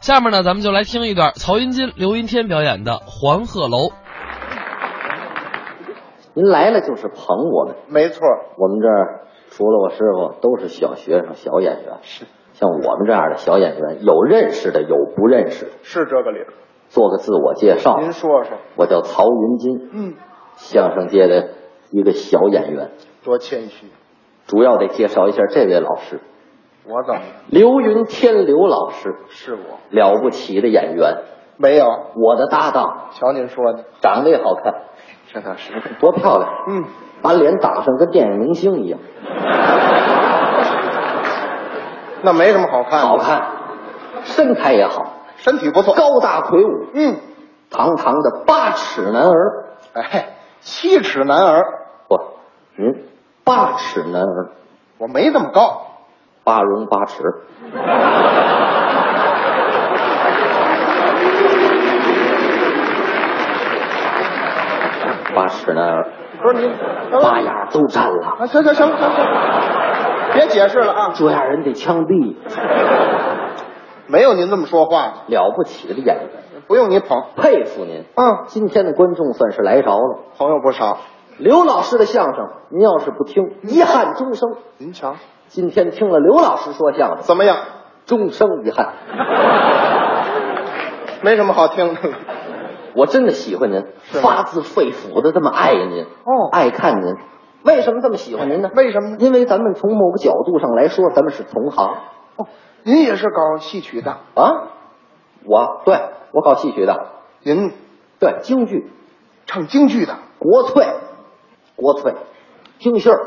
下面呢，咱们就来听一段曹云金、刘云天表演的《黄鹤楼》。您来了就是捧我们，没错，我们这儿除了我师傅都是小学生、小演员。是，像我们这样的小演员，有认识的，有不认识的。是这个理儿。做个自我介绍，您说说，我叫曹云金，嗯，相声界的一个小演员。多谦虚。主要得介绍一下这位老师，我怎么了？刘云天刘老师，是我了不起的演员，没有？我的搭档，瞧您说的，长得也好看，这倒是。多漂亮！嗯，把脸打上跟电影明星一样，那没什么好看的，好，看，身材也好，身体不错。高大魁梧，嗯，堂堂的八尺男儿。哎，七尺男儿，不，嗯，八尺男儿，我没那么高，八荣八耻，八尺男儿，不是您，八样都占了，啊，行行行行行，别解释了啊，这样人得枪毙。没有您这么说话的，了不起的演员，不用你捧。佩服您。嗯，今天的观众算是来着了。朋友不少，刘老师的相声，您要是不听，遗憾终生。您瞧今天听了刘老师说相声，怎么样？终生遗憾。没什么好听的了。我真的喜欢您，是吗发自肺腑的这么爱您，哦爱看您。为什么这么喜欢您呢？为什么呢因为咱们从某个角度上来说，咱们是同行哦，您也是搞戏曲的，啊。我对我搞戏曲的，您对京剧、唱京剧的，国粹、国粹、京戏儿。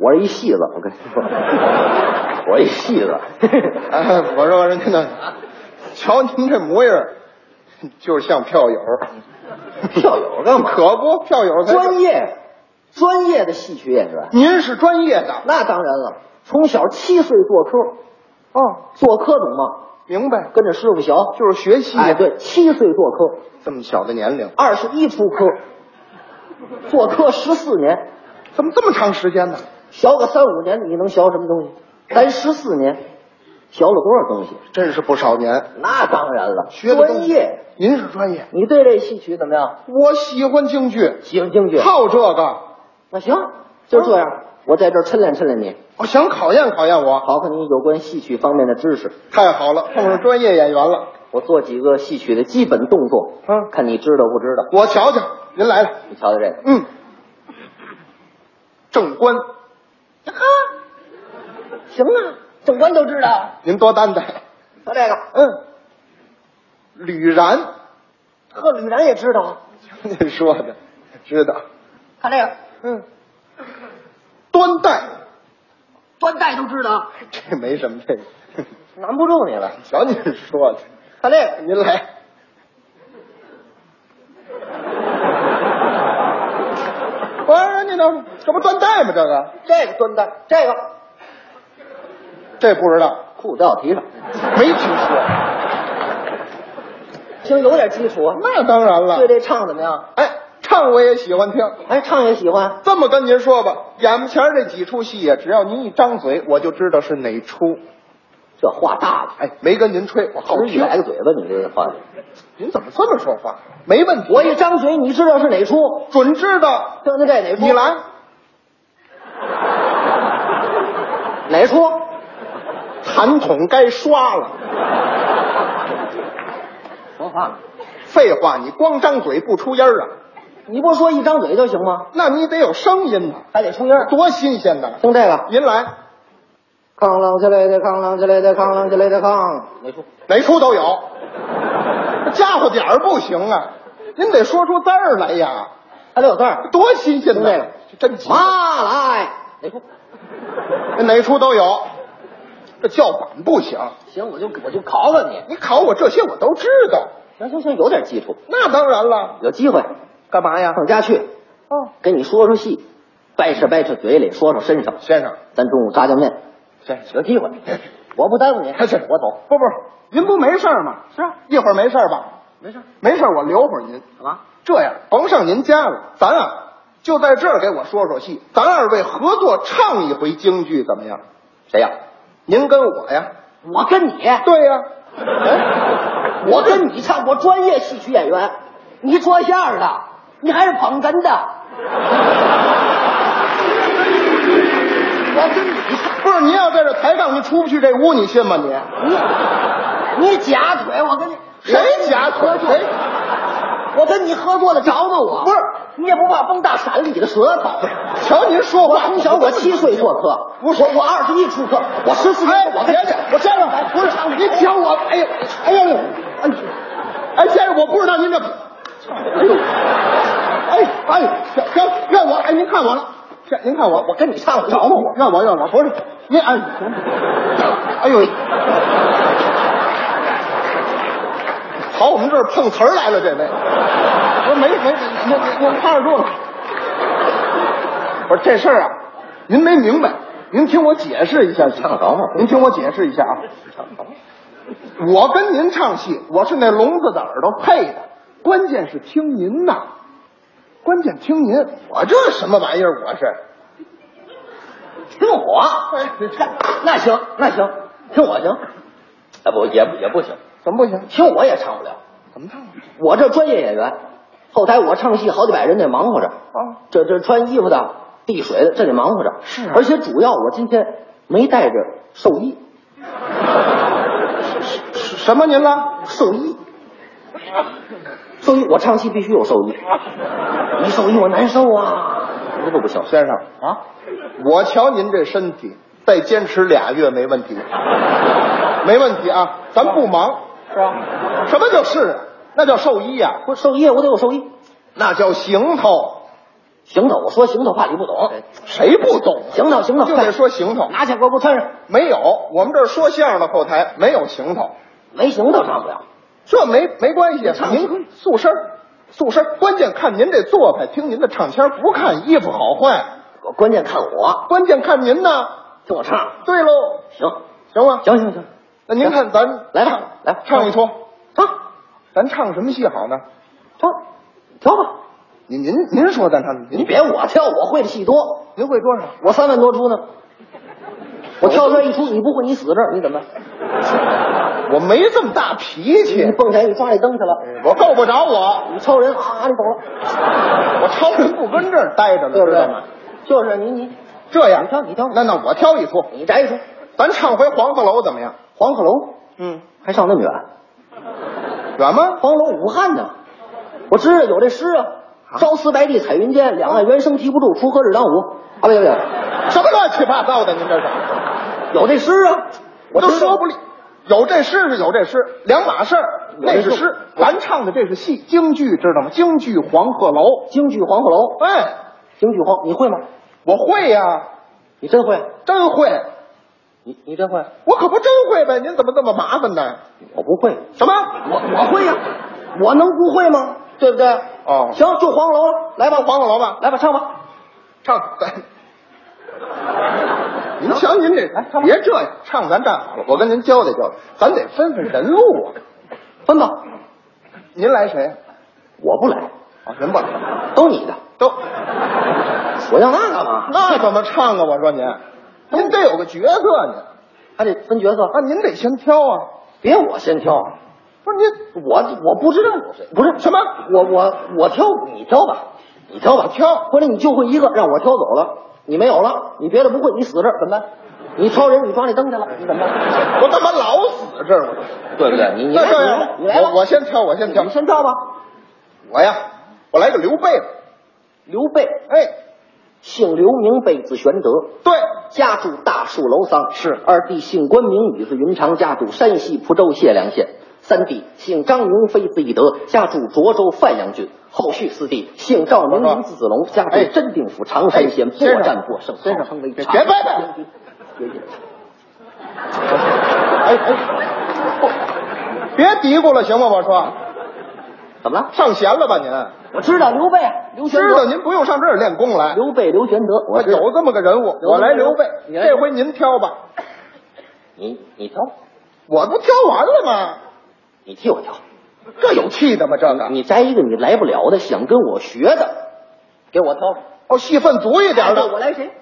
我是一戏子，我跟你 说，我是一戏子。哎，我说人家呢，瞧您这模样儿，就是像票友。票友干嘛？可不，票友才是专业专业的戏曲演员，您是专业的那当然了。从小七岁做科，哦，做科懂吗？明白，跟着师傅学，就是学习哎，对，七岁做科，这么小的年龄，二十一出科，做科十四年，怎么这么长时间呢？学个三五年，你能学什么东西？咱十四年，学了多少东西？真是不少年，那当然了，学的东专西业。。您是专业，你对这戏曲怎么样？我喜欢京剧，喜欢京剧？好这个，那行，就这样。我在这儿抻练抻练你，我想考验考验我。考考你有关戏曲方面的知识。太好了，碰上专业演员了，我做几个戏曲的基本动作，嗯看你知道不知道。我瞧瞧，您来了，你瞧瞧这个，嗯，正官，行啊，正官都知道。您多担待，瞧这个，嗯，吕然， 呵，吕然也知道。您说的，知道，看这个，嗯，端带。端带都知道，这没什么，这个难不住你了。瞧您说的，看这个，您来， 我说人家这这不断带吗？这个这个端带，这个这不知道，裤到提上，没听说。听有点基础啊。那当然对了，这唱怎么样？哎，唱我也喜欢听。哎，唱也喜欢。这么跟您说吧，眼前这几出戏呀，只要您一张嘴，我就知道是哪出。这话大了，哎，没跟您吹，我好直听。来个嘴巴，你这话。您怎么这么说话？没问题，我一张嘴，你知道是哪出？准知道。听听这哪出？你来，哪出？痰桶该刷了。说话了，废话，你光张嘴不出音儿啊，你不说一张嘴就行吗？那你得有声音呐，还得出音儿。多新鲜呐！听这个。您来，扛啷起来的，扛啷起来的，扛啷起来的，扛。没错，哪出都有，家伙点儿不行啊，您得说出字儿来呀，还得有字儿。多新鲜听这呐个！这真奇怪，马来，没错。哪出都有，这叫板不行，行，我就我就考考你。你考我这些我都知道，行行行，有点基础，那当然了，有机会干嘛呀？上家去哦，跟你说说戏，掰扯掰扯嘴里，说说身上。先生，咱中午炸酱面，先生，有 机会。我不耽误你，哎 是我走。不不，您不没事儿吗？是啊，一会儿没事儿吧？没事，没事儿，我留会儿您。干嘛？这样，甭上您家了，咱啊就在这儿给我说说戏，咱二位合作唱一回京剧怎么样？谁呀？您跟我呀？我跟你。对呀、我跟你唱，我专业戏曲演员，你说相声的，你还是捧哏的。我跟你唱，不是您要在这抬杠，您出不去这屋，你信吗你？你你假腿，我跟你谁假腿我跟你合作我跟你合作谁的着吗我？不是，你也不怕崩大闪里的舌头？瞧您说我话，从小我七岁做客，不是我我二十一出客，我十四岁哎，我别介，我先生，不是您听我，哎呀，哎呀，哎呀，哎，先生，我不知道您这，哎呦，哎哎，行行，让我，哎，您看我了，这您看我，我跟你唱了找着吗我，我？让我让我，不是您，哎，行，哎呦，跑我们这儿碰瓷儿来了，这位，我说没没，您您趴着住吧。我说这事儿啊，您没明白，您听我解释一下行。唱着吗您听我解释一下啊，我跟您唱戏，我是那聋子的耳朵配的，关键是听您呐，关键听您，我这什么玩意儿？我是听我，那行那行，听我行，啊不也不也不行，怎么不行？听我也唱不了。怎么唱啊？我这专业演员，后台我唱戏好几百人得忙活着，啊，这这穿衣服的、递水的这得忙活着。是啊而且主要我今天没带着寿衣，什 什么您了？寿衣，寿衣，我唱戏必须有 寿衣，没寿衣我难受啊，这都不行。先生啊，我瞧您这身体，再坚持俩月没问 题，没问题啊，咱不忙是吧？什么叫是啊？那叫寿衣呀、不是寿衣我得有寿衣，那叫行头。行头，我说行头怕你不哦懂，谁不懂啊？行头行头就得说行头。拿起来给我给我穿上，没有，我们这儿说相声的后台没有行头，没行头唱不了。这没没关系唱。您素身儿，素身儿，关键看您这做派，听您的唱腔，不看衣服好坏，我关键看我，关键看您呢。听我唱，对喽，行，行吗？行行行，那您看咱来吧唱来吧唱一出，唱啊咱唱什么戏好呢？唱，跳吧。您您您说咱唱，你您别我跳，我会的戏多，您会多少？我三万多出呢。我跳出来一出，你不会，你死这儿，你怎么办？我没这么大脾气你，蹦起来，你抓那灯去了，我够不着我，你抽人啊，你走了，我超人不跟这儿待着对了，不知对道吗？？就是你你这样你，挑你挑那那我挑一出，你摘一出咱唱回黄鹤楼怎么样？黄鹤楼，嗯，还上那么远？远吗？黄鹤楼武汉呢？我知道有这诗啊，朝辞白帝彩云间，两岸猿声啼不住，锄禾日当午。啊，不对不对，什么乱七八糟的？您这是？有这诗啊，我都知道说不利。有这诗是有这诗，两码事儿，我这那是就诗，咱唱的这是戏，京剧知道吗？京剧《黄鹤楼》。京剧黄鹤楼，哎，京剧黄，你会吗？我会呀、你真会？真会，你你真会？我可不真会呗。您怎么这么麻烦呢？我不会。什么？我我会呀、我能不会吗？对不对？哦行，就黄楼了，来吧，《黄鹤楼》吧，来吧，唱吧。唱咱。 您瞧您这，哎来唱吧别这样，唱咱站好了。我跟您交代交代，咱得分分人物啊。分吧，您来谁？我不来，啊，您不来，都你的， 都我要那干嘛？那怎么唱啊？我说您，您得有个角色呢。还得分角色，啊，您得先挑啊。别我先挑，不是您我我不知道有谁，不是什么？我我我挑，你挑吧，你挑吧，挑，或者你就会一个，让我挑走了，你没有了，你别的不会，你死这儿怎么办？你挑人，你抓那灯去了，你怎么 办？我干嘛老死这儿？对不对？你你那来这样，你来吧，我我先挑，我先挑你，先挑吧。我呀，我来个刘备吧。刘备，哎，姓刘，名备，字玄德。对，家住大树楼桑，是二弟姓关名羽，字云长，家住山西蒲州解良县。三弟姓张，名飞，字翼德，家住涿州范阳郡。后续四弟姓赵，名龙，字子龙，家住哎真定府常山县，哎破先生战获胜，先生号称为别长别别别天兵别哎哎， 别嘀咕了，行吗？我说怎么了？上弦了吧您？我知道刘备、刘玄知道德，您不用上这儿练功来。刘备、刘玄德，我知道有这么个人物，有我来这么刘个备人物，你来这回您挑吧。你你挑，我不挑完了吗？你替我挑，这有气的吗？这个你摘一个你来不了的，想跟我学的，给我挑。哦，戏份足一点哎我的。来谁？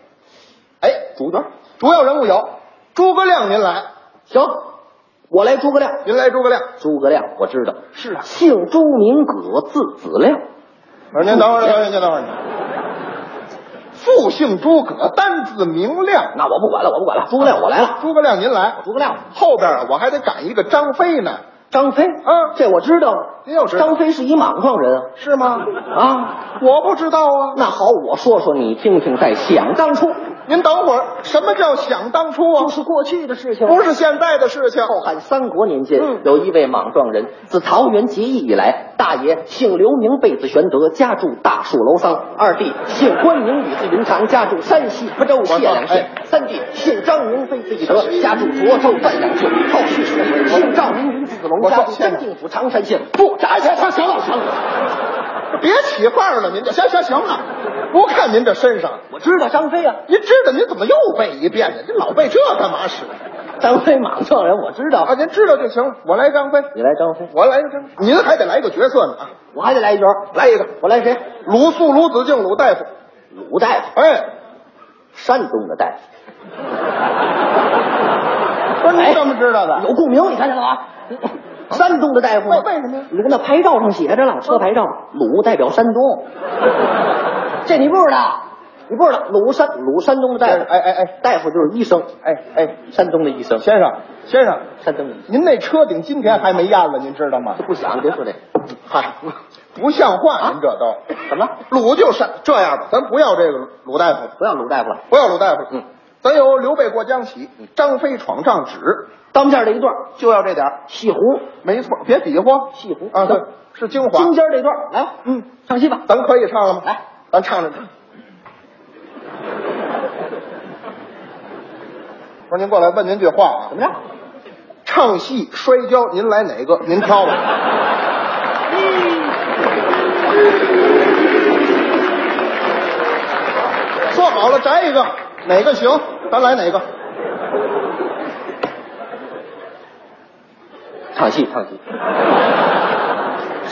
哎，主角。主要人物有诸葛亮，您来。行，我来诸葛亮，您来诸葛亮，诸葛亮我知道，是啊姓朱名葛，字子亮。我说您等会儿，等会儿，您等会儿。复姓诸葛，单字明亮。那我不管了，我不管了，诸葛亮我来了，诸葛亮您来，诸葛亮，后边啊我还得赶一个张飞呢，张飞，嗯这我知道，您又知道张飞是一莽撞人是吗？啊。我不知道啊。那好，我说说你听听，在想当初，您等会儿，什么叫想当初啊就？是过去的事情，哦不是现在的事情。后汉三国年间，嗯有一位莽撞人，自桃园结义以来，大爷姓刘名贝字玄德，家住大树楼桑；二弟姓关名羽字云长，家住山西蒲州解良哎县；三弟姓张名飞字翼德，家住涿州范阳县；后续四位姓赵名云字子龙，我说家住天哪真定府常山县。不，这哎呀，他行了，行了，别起范儿了，您这行行行了，不看您这身上，我知道张飞啊，您知道您怎么又背一遍呢？这老背这干嘛使啊张飞莽撞人，我知道啊？。您知道就行了。我来张飞，你来张飞，我来张，您还得来个角色呢啊！我还得来一角，来一个我来谁？鲁肃、鲁子敬、鲁大夫。鲁大夫，哎，山东的大夫。不是哎您怎么知道的？有共鸣，你看见了 吗？哦山东的大夫为为什么呀鲁那牌照上写着了，车牌照，鲁代表山东， 这你不知道，你不知道，鲁山鲁山东的大夫，哎哎哎，大夫就是医生，哎哎，山东的医生，先生先生，山东的医生，您那车顶今天还没压了，您知道吗？不想别说 这个，嗨，不像话，您这都怎么鲁就是这样吧，咱不要这个鲁大夫了，不要鲁大夫了？不要鲁大夫了，嗯，咱由刘备过江起，张飞闯帐止，当间这一段就要这点儿，戏胡，没错，别比划戏胡啊，对行，是精华，中间这段来吧，嗯，唱戏吧，咱可以唱了吗？来，咱唱着。不是您过来问您句话啊怎？么着？唱戏摔跤，您来哪个？您 挑吧。说好了，摘一个，哪个行，咱来哪个。唱戏，唱戏，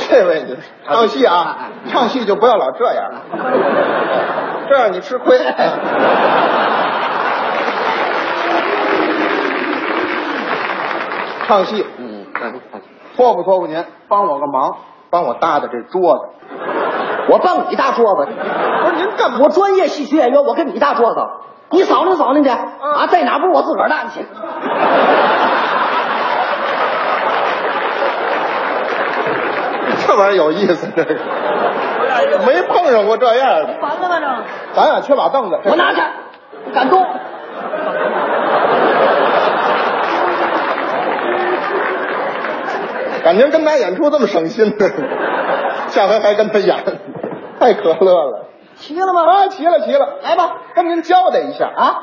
这位你唱戏 啊，唱戏就不要老这样，这样你 吃亏。唱戏，嗯，唱戏，唱戏，托付托付您，帮我个忙，帮我搭搭这桌子。 我帮你搭桌子。不是您干嘛？我专业戏曲演员，我跟你搭桌子，你扫帚扫帚去啊，在哪不是我自个儿搭去？这玩意儿有意思，这个没碰上过这样的。完了吧这？咱俩缺把凳子，我拿去，敢动？ 感情跟他演出这么省心呢，下回还跟他演，太可乐了。齐了吗？啊，齐了齐了，来吧，跟您交代一下啊，啊，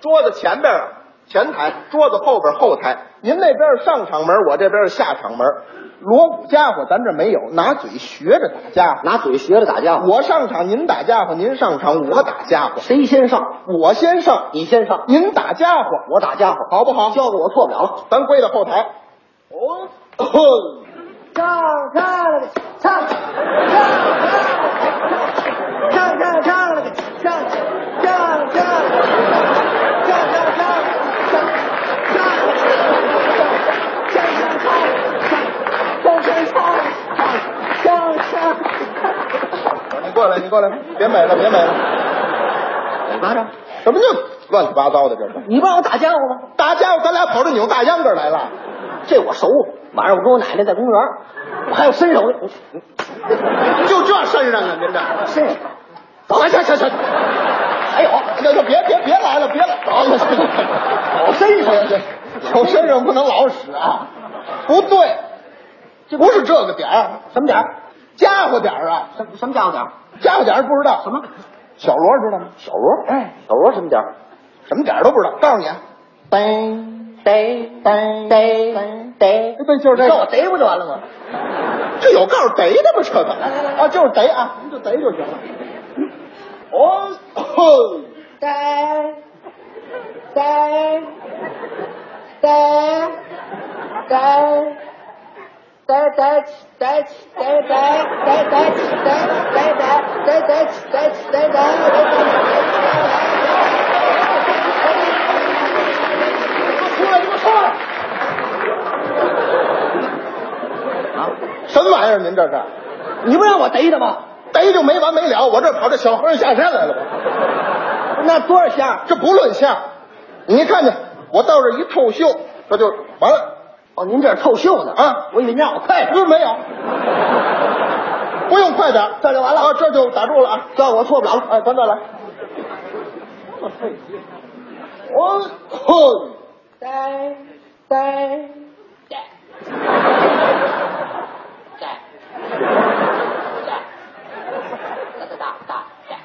桌子前边儿前台，桌子后边儿后台，您那边儿上场门，我这边儿下场门。锣鼓家伙咱这没有，拿嘴学着打家伙。拿嘴学着打架，我上场，您打家伙；您上场，我打家伙。谁先上？我先上，你先上，您打家伙，我打家伙，好不好？交给我错不了了。咱归到后台。哦， 哦，唱唱了个唱，唱唱唱了个唱，唱唱唱了个唱，唱唱唱了个你过来，你过来，别美了，别美了。你巴掌，什么叫乱七八糟的？这是你帮我打家伙吧，打家伙，咱俩跑这扭大秧歌来了。这我熟。晚上我跟我奶奶在公园儿，我还有伸手呢，就这身上啊，您这。伸手，走，行行行，还有哎那就别别别来了，别来，走走走，我伸手，手身上不能老使啊，不对，这不是这个点儿，什么点儿？家伙点儿啊，什什么家伙点儿？家伙点儿不知道什么，小罗知道吗？小罗，哎，小罗什么点儿？什么点儿都不知道，告诉你，啊，逮逮逮逮逮，哎对就是这个你叫我逮不就完了吗？ 这有告诉逮的吗？这个来来来啊，就是逮啊，您就逮就行了。哦，哦呆呆呆呆呆呆起呆起呆呆呆呆起呆呆呆呆呆起呆起呆呆呆。出来，你给我出来！啊，什么玩意儿？您这是你不让我逮他吗？逮就没完没了，我这跑这小和尚下山来了，那多少下？这不论相，你看见我到这一透袖，这就完了，哦，您这是透袖呢啊我以为您让我快点，是没有，不用快点，这就完了啊，这就打住了啊，算我错不了哦了。哎，咱再来，我呵，呆呆呆呆呆，哒哒哒哒呆。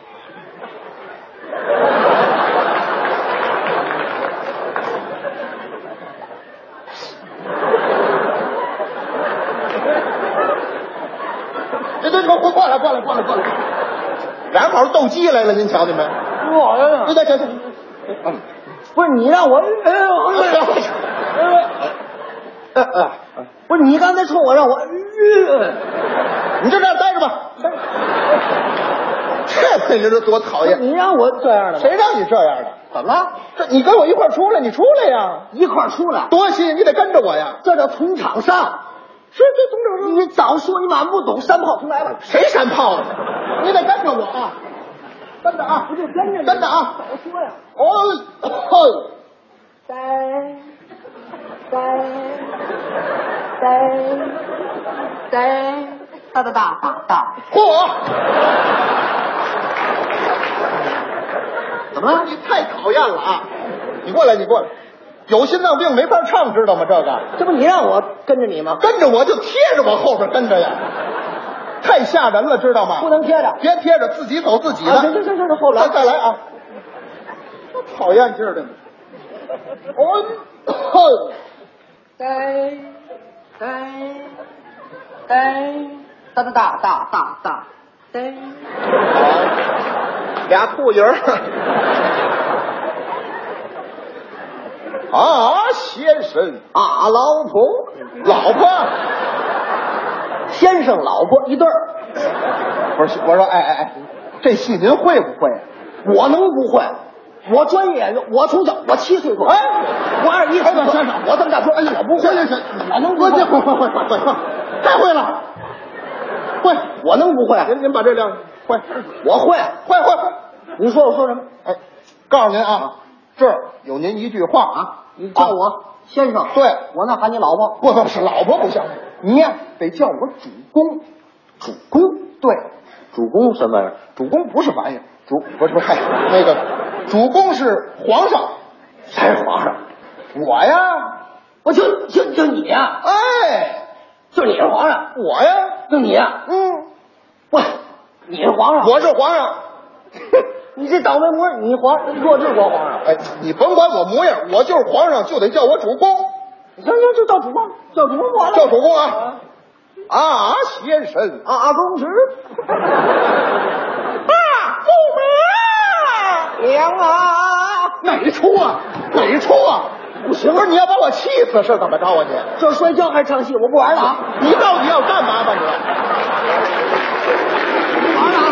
这这这过过来过来过来过来，俩人跑这斗鸡来了，您瞧见没？我对呀，对对对，嗯。不是你让我，哎呦，哎呦哎哎哎不是你刚才冲我让我，呃你就这样待着吧。哎 这你这多讨厌！你让我这样的吗，谁让你这样的？怎么了？这你跟我一块儿出来，你出来呀，一块儿出来？多新！你得跟着我呀。这叫同场上。是这同场上，你早说你满不懂，三炮从来吧。谁山炮啊？你得跟着我啊，跟着啊，不就跟着你跟着啊早说呀。哦，哦呆呆呆呆，哒哒哒哒哒，嚯！怎么了？你太讨厌了啊！你过来，你过来，有心脏病没法唱，知道吗？这个。这不你让我跟着你吗？跟着我就贴着我后边跟着呀，太吓人了，知道吗？不能贴着。别贴着，自己走自己的。啊，行行行行行，后来再再来啊！讨厌劲儿的，我哼，呆呆呆，哎哒哒哒哒哒哒，呆。俩兔鱼儿。啊，先生，啊，老婆，老婆，先生老婆一对儿，我说我说，哎哎哎，这戏您会不会？啊我能不会？我专业演员，我从小我七岁过，哎我二十一岁哎过，先生我这么大说，哎，我不会，行行行，我能不我这会？会会会 会会，太会了，会。我能不会？您您把这辆会我会。会会会。你说我说什么？哎，告诉您啊，这儿有您一句话啊，你叫我、先生，对我那喊你老婆。不不是老婆不行，你呀、得叫我主公，主公对，主公什么玩意儿？主公不是玩意儿，主不是不是、哎、那个主公是皇上，谁是皇上？我呀，我就就就你呀、哎，就你是皇上，我呀，就你呀、嗯，喂，你是皇上，我是皇上， 你这倒霉模样，你皇弱智国皇上。哎，你甭管我模样，我就是皇上，就得叫我主公，行行，就叫主公，叫主公不完了。叫主公啊，啊先生，啊啊，公 职，啊，不明娘啊，哪一出啊？哪一出啊？不行，不是你要把我气死是怎么着啊你？这摔跤还唱戏，我不玩了啊！你到底要干嘛吧你？不玩了啊！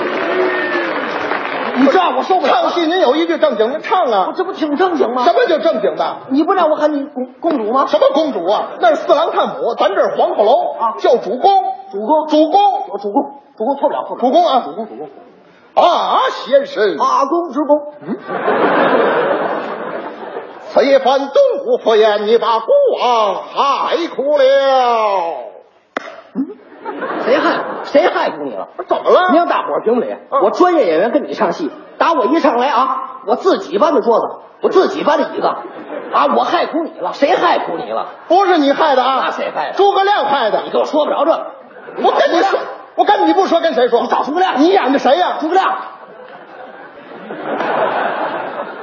你这样我受不了唱了。戏您有一句正经，您唱我啊！这不挺正经吗？什么叫正经的？你不让我喊你公公主吗？什么公主啊？那是四郎探母，咱这是黄鹤楼啊叫主公，主公，主公，我主公，主公错不了，错不了。主公啊，主公，主公啊，先生，阿公之公，此一番东吴佛言，你把孤王害苦了。谁害谁害苦你了？怎么了你让大伙儿评理。嗯我专业演员跟你上戏，打我一上来啊，我自己搬的桌子，我自己搬的椅子，啊，我害苦你了，谁害苦你了？不是你害的啊？那谁害的诸葛亮害的你。给我说不着这个，我跟你说，我跟你不说，跟谁说？你找诸葛亮你演的谁呀、诸葛亮，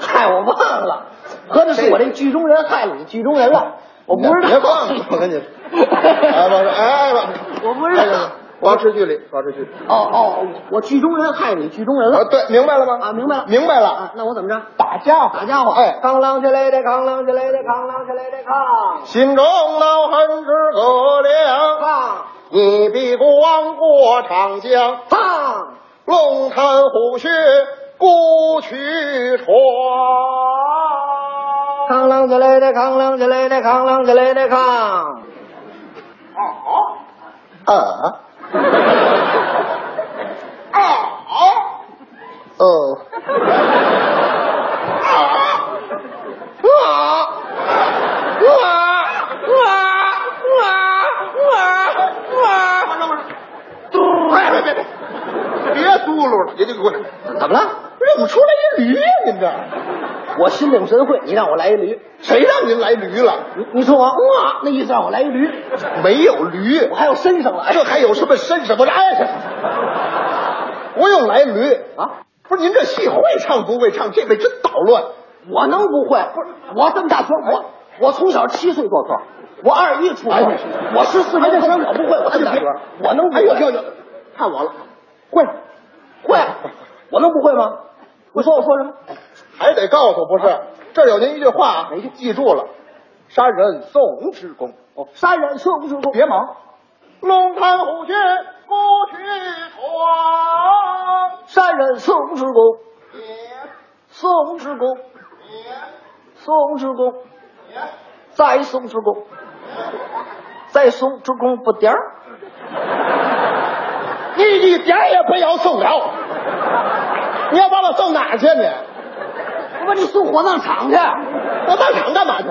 嗨，我忘了，合着是我这剧中人害了你剧中人了，我不知道。别忘了， 我跟你说。哎，我说，哎，我我不知道保持距离，保持距离。哦哦，我剧中人害你剧中人啊，了对，明白了吗？啊，明白了，明白了。啊，那我怎么着？打家伙，打家伙，哎，扛啷起来的，扛啷起来的，扛啷起来的，扛心中老恨之葛亮，扛一臂光过长江，扛！龙潭虎穴孤渠船。扛啷起来的，扛啷起来的，扛啷起来的，扛！啊，哎哎哦，啊，啊，哇哇哇哇！哎，别别别，别嘟噜了，你这个我怎么了？认不出来一驴呀、您这我心领神会，你让我来一驴，谁让您来驴了？你你说我哇，那意思让我来一驴，没有驴，我还要身上了，哎啊这还有什么身什么的？哎，我有来驴啊！不是您这戏会唱不会唱，这位真捣乱。我能不会？不是我这么大错，我我从小七岁做错，我二一出哎生，我十四年后我不会，我这么大个儿，我能不哎会？呦呦呦，看我了，会会，我能不会吗？你说我说什么？还得告诉不是？这儿有您一句话哪句，记住了，杀人宋之功。哦，杀人射不射中？别忙，龙潭虎穴不去闯。杀人宋之公，宋之公，宋之公，再宋之公，再宋之公不点儿。你一点儿也不要送了，你要把我送哪儿去你？我把你送火葬场去，我当场干嘛去？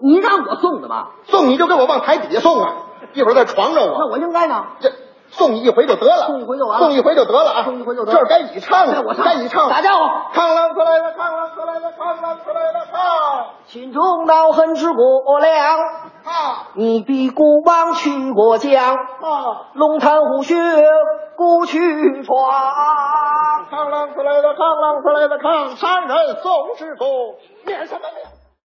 你让我送的吧？送你就给我往台底下送啊！一会儿再床上那我，我应该呢？这送你一回就得了，送一回就完了送一回就得了啊！送一回就得了这儿该你唱哎了，我该你唱，打架我。抗浪出来了，抗浪出来了，抗浪出来了，抗！心中恼恨之过了，啊你比孤王去过江，啊！龙潭虎穴孤去闯。抗浪出来了，抗浪出来了，抗！杀人宋之功，免什么免？